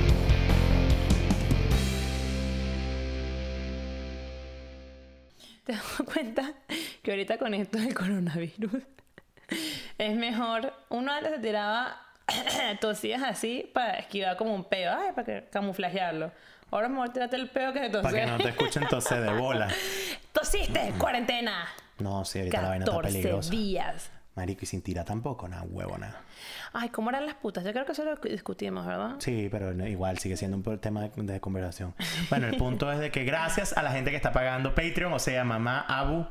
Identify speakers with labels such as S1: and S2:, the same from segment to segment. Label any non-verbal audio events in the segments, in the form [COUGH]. S1: [LAUGHS] te das cuenta que ahorita con esto del coronavirus [LAUGHS] es mejor. Uno antes se tiraba [COUGHS] tosías así para esquivar como un peo, ay, para que- camuflajearlo. Ahora mejor tírate el peo que de toser.
S2: Para que no te escuchen entonces de bola.
S1: [LAUGHS] ¡Tosiste! ¡Cuarentena!
S2: No, sí, ahorita la vaina está
S1: 14
S2: peligrosa.
S1: días.
S2: Marico, y sin tira tampoco, nada, huevona.
S1: Ay, ¿cómo eran las putas? Yo creo que eso lo discutimos, ¿verdad?
S2: Sí, pero no- igual sigue siendo un tema de, de conversación. Bueno, el punto es de que gracias a la gente que está pagando Patreon, o sea, mamá, Abu,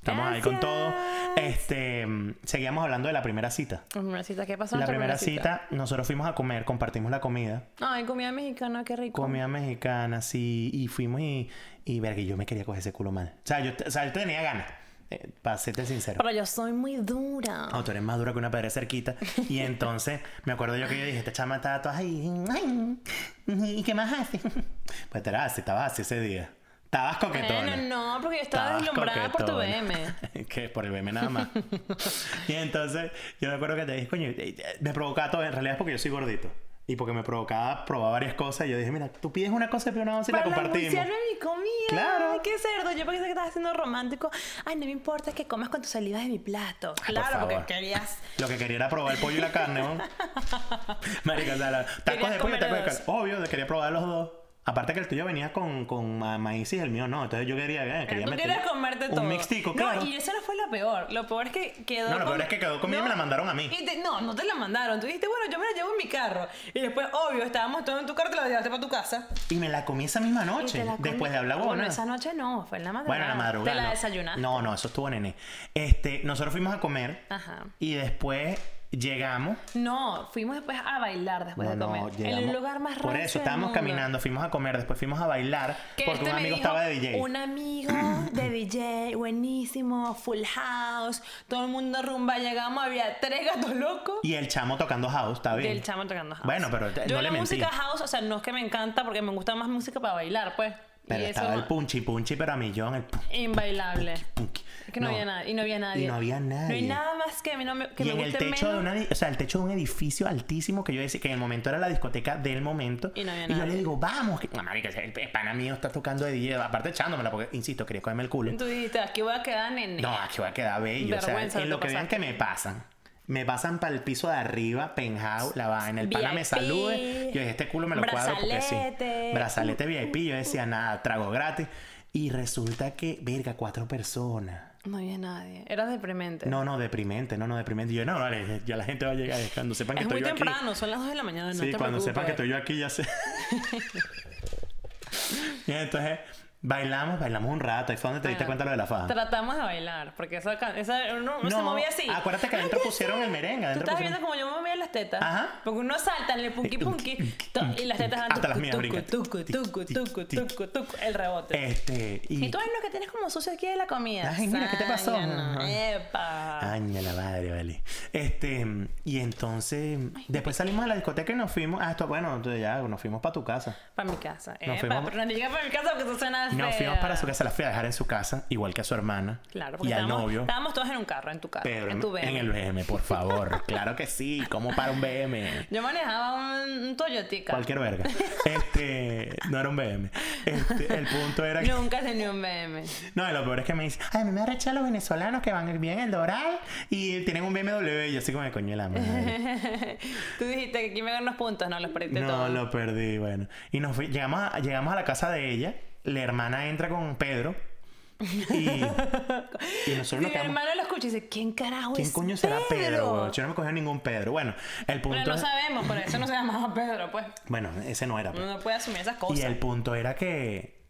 S2: estamos ahí con todo. Este, mm, seguíamos hablando de la primera cita.
S1: La primera cita, ¿qué pasó? en
S2: La
S1: nuestra
S2: primera cita, nosotros fuimos a comer, compartimos la comida,
S1: Ay, comida mexicana, qué rico.
S2: comida mexicana, sí, y fuimos y, y verga, yo me quería coger ese culo mal. O sea, yo, o sea, yo tenía ganas, eh, para serte sincero.
S1: Pero yo soy muy dura.
S2: No, tú eres más dura que una pared cerquita. Y
S1: [LAUGHS]
S2: entonces me acuerdo yo que yo dije, esta chama está toda ahí. ay, ¿Y qué más hace? [LAUGHS] Pues te así, estabas así ese día. Estabas coquetona.
S1: Bueno, no, porque yo estaba deslumbrada por tu BM.
S2: [LAUGHS] BM. que por el BM nada
S1: [LAUGHS]
S2: más. y entonces yo me acuerdo que te dije, coño, eh, eh, me provocaba todo. En realidad es porque yo soy gordito. Y porque me provocaba probar varias cosas. Y yo dije, mira, tú pides una cosa y pides una cosa y la
S1: Para
S2: compartimos.
S1: anunciarme mi comida.
S2: Claro.
S1: Ay, qué cerdo. Yo pensé que estabas siendo romántico. Ay, no me importa que comas con tus salivas de mi plato. Claro,
S2: favor.
S1: porque querías.
S2: Lo que quería era probar el pollo y la
S1: [LAUGHS]
S2: carne, ¿no? Marica, o sea, la- tacos
S1: Querías
S2: de pollo y
S1: comer
S2: tacos de
S1: los
S2: carne. Obvio, quería probar los dos. Aparte que el tuyo venía con, con ma- maíz y el mío no. Entonces yo quería, eh, quería
S1: Tú
S2: meter
S1: querías comerte todo.
S2: Un mixtico,
S1: no,
S2: claro.
S1: Y eso no fue lo peor. Lo peor es que quedó.
S2: No, lo
S1: con-
S2: peor es que quedó comida y me la mandaron a mí.
S1: Y te- no, no te la mandaron. Tú dijiste, bueno, yo me la llevo en mi carro. Y después, obvio, estábamos todos en tu carro, te la llevaste para tu casa.
S2: Y me la comí esa misma
S1: Y
S2: noche.
S1: te la comi-
S2: Después de hablar
S1: Bueno,
S2: huevona.
S1: esa noche no, fue en la madrugada.
S2: Bueno, la madrugada.
S1: Te la
S2: no.
S1: desayunaste. Ah.
S2: No, no, eso estuvo nene. Este, nosotros fuimos a comer
S1: Ajá.
S2: y después llegamos.
S1: No, fuimos después a bailar después
S2: No,
S1: de comer.
S2: no,
S1: en
S2: llegamos.
S1: el lugar más raro.
S2: Por eso, estábamos caminando, fuimos a comer, después fuimos a bailar porque
S1: este
S2: un amigo estaba de DJ.
S1: Un amigo de DJ, buenísimo, full house, todo el mundo rumba. Llegamos, había tres gatos locos.
S2: Y el chamo tocando house, está bien.
S1: Del chamo tocando house.
S2: Bueno, pero te-
S1: Yo
S2: no
S1: la
S2: le mentí.
S1: música house, o sea, no es que me encanta porque me gusta más música para bailar, pues. y
S2: Pero
S1: eso
S2: estaba el
S1: no-
S2: punchi punchi, pero a millón el punchi
S1: Imbailable.
S2: punchi.
S1: Es que no, había nada. Y no había nadie.
S2: Y no había
S1: No hay
S2: nadie.
S1: nada más que, a mí no me, que
S2: y
S1: me
S2: en el
S1: guste
S2: techo
S1: menos.
S2: de una, di- o sea, el techo de un edificio altísimo que yo decía que en el momento era la discoteca del momento.
S1: Y no había
S2: yo
S1: nadie.
S2: le digo, vamos, que no, marica, el el pana mío está tocando de 10, aparte echándomela porque insisto, quería comerme el culo.
S1: Tú dijiste, aquí voy a quedar nene.
S2: No, aquí va a quedar
S1: [LAUGHS]
S2: bello, o sea,
S1: Vergüenza lo
S2: en
S1: que
S2: lo que vean
S1: pasaste.
S2: que me pasan. Me pasan para el piso de arriba, penjao, la vaina. El pana me
S1: VIP,
S2: salude. Yo dije, este culo me lo cuadro porque sí.
S1: brazalete.
S2: Brazalete VIP. Yo decía, nada, trago gratis. Y resulta que, verga, cuatro personas.
S1: No había nadie. Era deprimente.
S2: No, no, deprimente, no, no, deprimente. Yo, no, vale, ya la gente va a llegar cuando sepan que
S1: es
S2: estoy
S1: muy
S2: yo aquí.
S1: temprano, son las 2 de la mañana. no
S2: Sí,
S1: te
S2: cuando
S1: preocupes.
S2: sepan que estoy yo aquí
S1: [LAUGHS]
S2: ya sé. [LAUGHS] y entonces bailamos, bailamos un rato. Ahí fue donde te diste
S1: Bailamos.
S2: cuenta lo de la faja.
S1: Tratamos de bailar, porque esa, can- esa uno, uno se movía así.
S2: Acuérdate que
S1: Ay,
S2: adentro
S1: ya
S2: pusieron
S1: sé.
S2: el merengue.
S1: Tú
S2: Adentro
S1: estabas
S2: pusieron-
S1: viendo como yo me movía las tetas.
S2: Ajá.
S1: Porque uno salta en el punky punky to- y las tetas dan
S2: Hasta las
S1: tucu,
S2: mías brincan.
S1: tucu, tucu, tucu, tucu, tucu, el rebote.
S2: Este, y.
S1: Y tú ves lo que tienes como sucio aquí de la comida.
S2: Ay, mira, ¿qué te pasó?
S1: Zángano.
S2: Ajá. Ah.
S1: Epa.
S2: Ay, a la madre, vale. Este, y entonces, después salimos de la discoteca y nos fuimos. Ah, esto, bueno, entonces ya, nos fuimos para tu casa.
S1: Para mi casa. Epa,
S2: fuimos-
S1: pero no digas para mi casa porque eso suena feo.
S2: Nos fuimos para su casa, la fui a dejar en su casa, igual que a su hermana.
S1: Claro, porque
S2: y al
S1: estábamos,
S2: novio.
S1: estábamos todos en un carro, en tu carro,
S2: Pero
S1: en tu BM.
S2: en el BM,
S1: [LAUGHS]
S2: por favor. claro que sí, como para un BM.
S1: Yo manejaba un, un Toyotica.
S2: Cualquier verga. Este, no era un BM. Este, el punto era que.
S1: Nunca tenía un BM.
S2: No, y lo peor es que me dice, ay, a mí me arrechan los venezolanos que van bien el Doral y tienen un BMW. Y yo así como de coño de la madre.
S1: [LAUGHS] Tú dijiste que aquí me ganan los puntos, no los perdiste
S2: no,
S1: todos.
S2: lo perdí, bueno. Y nos fui- llegamos, a, llegamos a la casa de ella, la hermana entra con Pedro
S1: [LAUGHS]
S2: y, y nosotros
S1: Si
S2: nos
S1: mi
S2: quedamos...
S1: hermano lo escucha y dice, ¿quién carajo
S2: ¿Quién
S1: es
S2: coño será Pedro? weón?
S1: Pedro?
S2: Yo no me cogí a ningún Pedro. Bueno, el punto...
S1: Pero no
S2: es-
S1: sabemos, por eso no se llamaba Pedro, pues.
S2: Bueno, ese no era. pues.
S1: Uno no puede asumir esas
S2: Y
S1: cosas.
S2: el punto era que,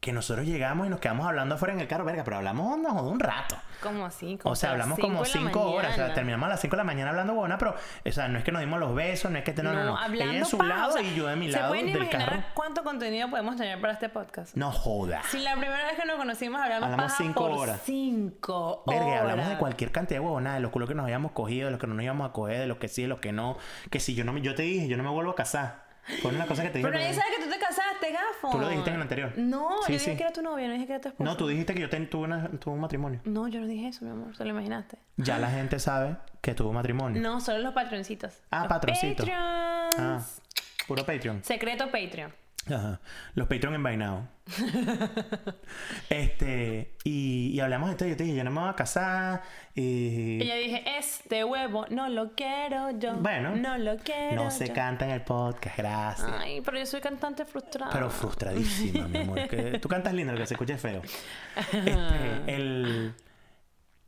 S2: que nosotros llegamos y nos quedamos hablando afuera en el carro, verga, pero hablamos nos jodó un rato.
S1: Como así, como
S2: O sea, hablamos como
S1: cinco de la
S2: 5 horas. O sea,
S1: mañana.
S2: terminamos a las 5 de la mañana hablando buena, pero, o sea, no es que nos dimos los besos, no es que te, no, no, no.
S1: hablando
S2: Ella en su
S1: paja,
S2: lado
S1: o sea,
S2: y yo de mi
S1: ¿se
S2: lado
S1: pueden
S2: del
S1: imaginar
S2: carro.
S1: cuánto contenido podemos tener para este podcast?
S2: No joda.
S1: Si la primera vez que nos conocimos hablamos,
S2: Hablamos
S1: paja
S2: cinco
S1: por
S2: horas.
S1: cinco
S2: Verga, y
S1: horas.
S2: hablamos de cualquier cantidad de huevonadas, de los culos que nos habíamos cogido, de los que no nos íbamos a coger, de los que sí, de los que no. Que si yo no me, yo te dije, yo no me vuelvo a casar. Fue una cosa que te dije.
S1: Pero nadie
S2: que-
S1: sabe que tú te casaste, gafo.
S2: Tú lo dijiste en el anterior.
S1: No,
S2: Sí,
S1: yo dije
S2: sí.
S1: que era tu novia, no dije que era tu esposa.
S2: No, tú dijiste que yo ten- tuve, una- tuve un matrimonio.
S1: No, yo no dije eso, mi amor, te lo imaginaste. [GASPS]
S2: Ya la gente sabe que tuve un matrimonio.
S1: No, solo los patroncitos.
S2: Ah,
S1: Los
S2: patroncitos.
S1: Patreons.
S2: Ah, puro Patreon.
S1: Secreto Patreon.
S2: Ajá. Los Patreon [LAUGHS] envainados. este, y, y hablamos de esto. Yo te dije, yo no me voy a casar. Y
S1: Y yo dije, este huevo no lo quiero yo.
S2: Bueno,
S1: No lo quiero
S2: no se
S1: yo".
S2: canta en el podcast, gracias.
S1: Ay, pero yo soy cantante frustrada.
S2: Pero frustradísima, mi amor. que tú cantas lindo, lo que se escucha es feo. [LAUGHS] Este, el...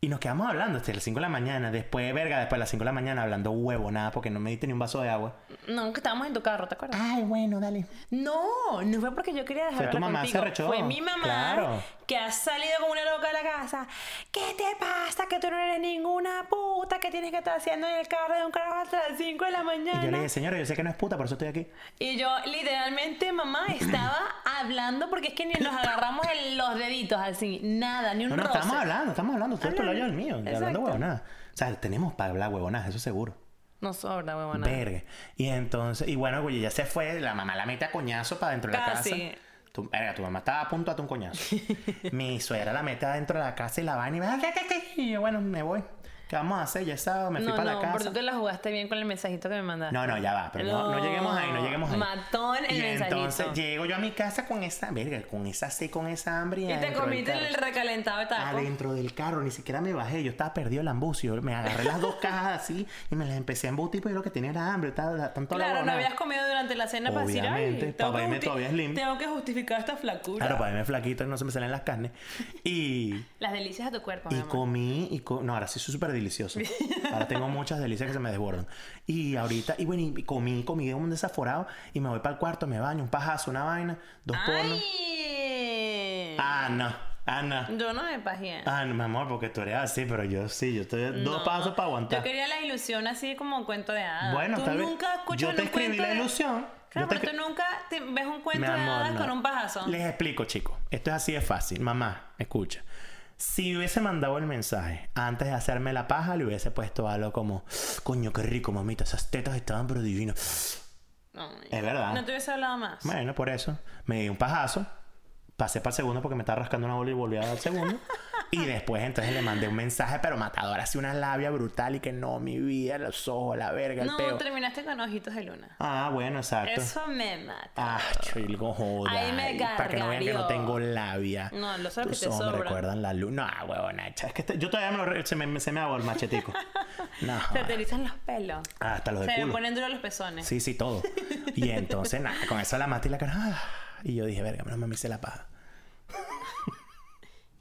S2: Y nos quedamos hablando hasta las 5 de la mañana. Después, verga, después de las 5 de la mañana hablando huevo, nada, porque no me diste ni un vaso de agua.
S1: No, que estábamos en tu carro, ¿te acuerdas?
S2: Ay, bueno, dale.
S1: No, no fue porque yo quería dejar
S2: Ah. Fue tu
S1: hablar
S2: mamá,
S1: contigo.
S2: se arrechó.
S1: Fue mi mamá
S2: Claro.
S1: que ha salido como una loca de la casa. ¿Qué te pasa? Que tú no eres ninguna puta que tienes que estar haciendo en el carro de un carajo hasta las 5 de la
S2: Y yo le
S1: mañana.
S2: dije, señora, yo sé que no es puta, por eso estoy aquí.
S1: Y yo literalmente, mamá, estaba [CLEARS THROAT] hablando porque es que ni nos agarramos en los deditos así. Nada, ni un
S2: No, no,
S1: roce.
S2: estamos hablando, estamos hablando. Usted es tu
S1: Hablando.
S2: lado y yo el mío. y Hablando
S1: Exacto.
S2: huevonadas. O sea, tenemos para hablar huevonadas, eso seguro.
S1: No sobra, huevona.
S2: Verga. Y entonces, y bueno, güey, ya se fue. La mamá la mete a coñazo para dentro de la casa.
S1: Casi.
S2: Tu, verga, tu mamá estaba a punto de darte
S1: [LAUGHS]
S2: un coñazo. Mi suegra la mete adentro de la casa y la van y va. Y yo, bueno, me voy. ¿Qué vamos a hacer? Ya es sábado, me fui
S1: no,
S2: para
S1: no,
S2: la
S1: porque
S2: casa.
S1: tú te la jugaste bien con el mensajito que me mandaste.
S2: No, no, ya va, pero no, no
S1: No,
S2: lleguemos ahí, no lleguemos ahí.
S1: matón el
S2: y
S1: mensajito.
S2: entonces llego yo a mi casa con esa, verga, con esa sed, con esa hambre.
S1: y te
S2: adentro del
S1: comiste
S2: carro.
S1: el recalentado de taco.
S2: Adentro Ah, del carro, ni siquiera me bajé, yo estaba perdido el ambucio. Me agarré las dos cajas así y me las empecé a embutir, pero yo lo que tenía era hambre, estaba la- tanto la
S1: Claro, no
S2: huevonada.
S1: habías comido durante la cena para decir,
S2: Obviamente,
S1: ay, tengo
S2: para
S1: que,
S2: verme
S1: justi-
S2: todavía slim".
S1: tengo que justificar esta flacura.
S2: Claro, para mí me flaquito, no se me salen las carnes.
S1: [LAUGHS]
S2: Y,
S1: Las delicias de tu cuerpo, mi
S2: y
S1: amor.
S2: comí, y co- no, ahora sí soy
S1: [LAUGHS]
S2: súper delicioso. Ahora tengo muchas delicias que se me desbordan. Y ahorita, y bueno, y comí, comí un desaforado y me voy para el cuarto, me baño, un pajazo, una vaina, dos pornos.
S1: ¡Ay!
S2: Ah, no, ah, no.
S1: Yo no me pajeé.
S2: Ah, no, mi amor, porque tú eres así, pero yo sí, yo estoy dos
S1: No.
S2: pasos para
S1: Yo
S2: aguantar.
S1: quería la ilusión así como un cuento de hadas.
S2: Bueno,
S1: Ah, tú
S2: tal vez-
S1: nunca escuchas
S2: yo te
S1: un
S2: escribí
S1: cuento
S2: la
S1: de-
S2: ilusión.
S1: Claro,
S2: Yo te
S1: pero tú
S2: escri-
S1: nunca te- ves un
S2: Mi
S1: cuento de
S2: amor,
S1: hadas
S2: no.
S1: con un pajazo.
S2: Les explico, chicos. Esto es así de fácil. Mamá, escucha. Si hubiese mandado el mensaje antes de hacerme la paja, le hubiese puesto algo como: Coño, qué rico, mamita. Esas tetas estaban pero divinas.
S1: Ay.
S2: Es verdad.
S1: No te hubiese hablado más.
S2: Eh, Bueno, por eso. Me di un pajazo. Pasé para el segundo porque me estaba rascando una bola y volví a dar el segundo.
S1: [LAUGHS]
S2: y después entonces le mandé un mensaje, pero matador, así una labia brutal y que no, mi vida, los ojos, la verga, el
S1: no,
S2: peo.
S1: terminaste con ojitos de luna.
S2: Ah, bueno, exacto.
S1: Eso me mata.
S2: Ah, chilgo, joda.
S1: Ahí me
S2: Ay, Para que no vean que no
S1: gargarió.
S2: tengo labia.
S1: No, lo sabes que
S2: Tus
S1: te
S2: ojos me
S1: sobran.
S2: recuerdan la luz. No, huevona, cha, Es que este- yo todavía me lo re- se, me, se me hago
S1: [LAUGHS]
S2: el machetico. No.
S1: Se te erizan los pelos.
S2: ah, Hasta los de
S1: Se me
S2: culo.
S1: ponen duros los pezones.
S2: Sí, sí, todo. Y entonces, nada, con eso la maté y la cara. ah, Y yo dije, verga, no me hice la paja.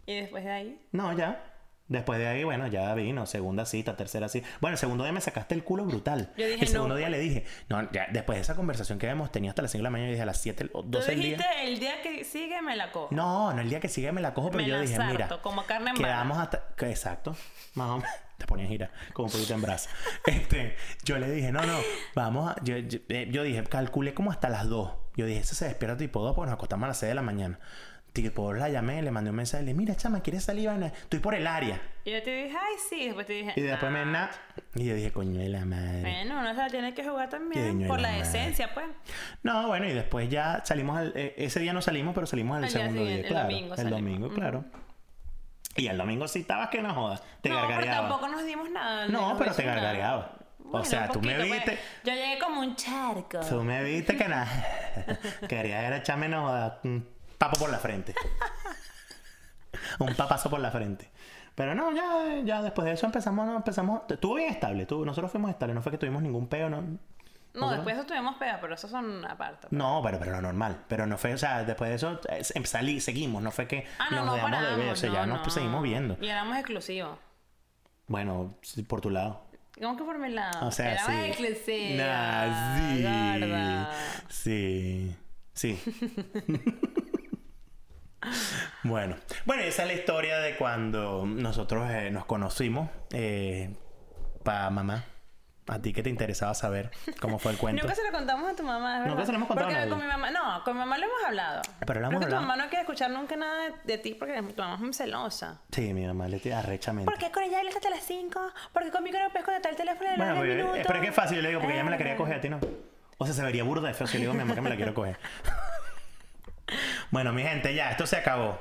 S1: Y después de ahí.
S2: No, ya. Después de ahí, bueno, ya vino, segunda cita, tercera cita. Bueno, el segundo día me sacaste el culo brutal.
S1: Yo dije,
S2: el
S1: no.
S2: segundo
S1: pues".
S2: día le dije, no, ya, después de esa conversación que habíamos tenido hasta las 5 de la mañana, yo dije a las 7 o
S1: Tú
S2: 12 del día.
S1: dijiste el día que sigue me la cojo.
S2: No, no, el día que sigue me la cojo, pero
S1: Me
S2: yo
S1: la
S2: dije,
S1: sarto,
S2: mira.
S1: como carne en
S2: Quedamos hasta. que- Exacto. Más o menos. [LAUGHS] Te ponían gira, como un poquito en brazo. [LAUGHS] Este, yo le dije, no, no, vamos a. Yo, yo- eh, yo dije, calculé como hasta las 2. Yo dije, eso se despierta tipo 2 porque nos acostamos a las 6 de la mañana. Tipo, la llamé, le mandé un mensaje, le dije, mira, chama, ¿quieres salir? Vaina? Estoy por el área.
S1: Y yo te dije, ay, sí. Después te dije,
S2: Y después me
S1: "Ah,
S2: na. Y yo dije, coño de la madre.
S1: Bueno, uno se la tiene que jugar
S2: Coño
S1: también.
S2: de
S1: Por
S2: la
S1: la
S2: madre.
S1: decencia, pues.
S2: No, bueno, y después ya salimos al, eh, ese día no salimos, pero salimos al
S1: Al día
S2: segundo día,
S1: siguiente, el
S2: claro.
S1: domingo
S2: el
S1: salimos.
S2: domingo, claro. Y el domingo sí estabas que no jodas, te
S1: no, pero
S2: gargareaba.
S1: tampoco nos dimos nada.
S2: No,
S1: nos
S2: pero te
S1: hicimos nada.
S2: gargareaba. O sea,
S1: un
S2: tú me
S1: poquito,
S2: viste.
S1: pues. Yo llegué como un charco.
S2: Tú me viste
S1: [LAUGHS]
S2: que nada. Quería era echarme no jodas, un papo por la frente. un papazo por la frente. Pero no, ya, ya después de eso empezamos, no, empezamos, estuvo bien estable, estuvo- nosotros fuimos estables, no fue que tuvimos ningún peo, no,
S1: No, después eso tuvimos pega, pero eso son aparte. pues.
S2: No, pero, pero lo normal. Pero no fue, o sea, después de eso eh, em- salí, seguimos. No fue que
S1: Ah, no,
S2: nos
S1: no
S2: dejamos
S1: paramos.
S2: de ver. O sea,
S1: no,
S2: ya nos
S1: no.
S2: seguimos viendo.
S1: Y éramos exclusivos.
S2: Bueno, sí, por tu lado.
S1: ¿Cómo que por mi lado?
S2: O sea,
S1: éramos
S2: sí.
S1: exclusivos.
S2: Nah, sí.
S1: Gorda.
S2: Sí. Sí. [LAUGHS] bueno. Bueno, esa es la historia de cuando nosotros eh, nos conocimos. Eh, pa mamá. A ti que te interesaba saber
S1: [LAUGHS]
S2: cómo fue el cuento.
S1: Nunca se lo contamos a tu mamá, ¿verdad?
S2: Nunca se lo hemos contado
S1: porque
S2: a nadie.
S1: con mi mamá, no, con mi mamá lo hemos hablado.
S2: Pero lo
S1: Creo
S2: hemos
S1: que
S2: hablado.
S1: tu mamá no quiere escuchar nunca nada de, de ti porque tu mamá es muy celosa.
S2: Sí, mi mamá le tira arrechamente.
S1: ¿Por qué con ella hablas hasta las 5? ¿Por qué conmigo no puedes conectar el teléfono de
S2: Bueno,
S1: nueve
S2: pero,
S1: minutos?
S2: eh, pero es que es fácil, yo le digo, porque ella me la quería
S1: Ah.
S2: coger a ti, ¿no? O sea, se vería burda de feo si le digo a mi mamá que me la quiero coger. [LAUGHS] bueno, mi gente, ya, esto se acabó.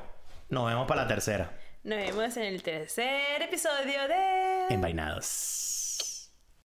S2: Nos vemos para la tercera.
S1: Nos vemos en el tercer episodio de...
S2: Envainados.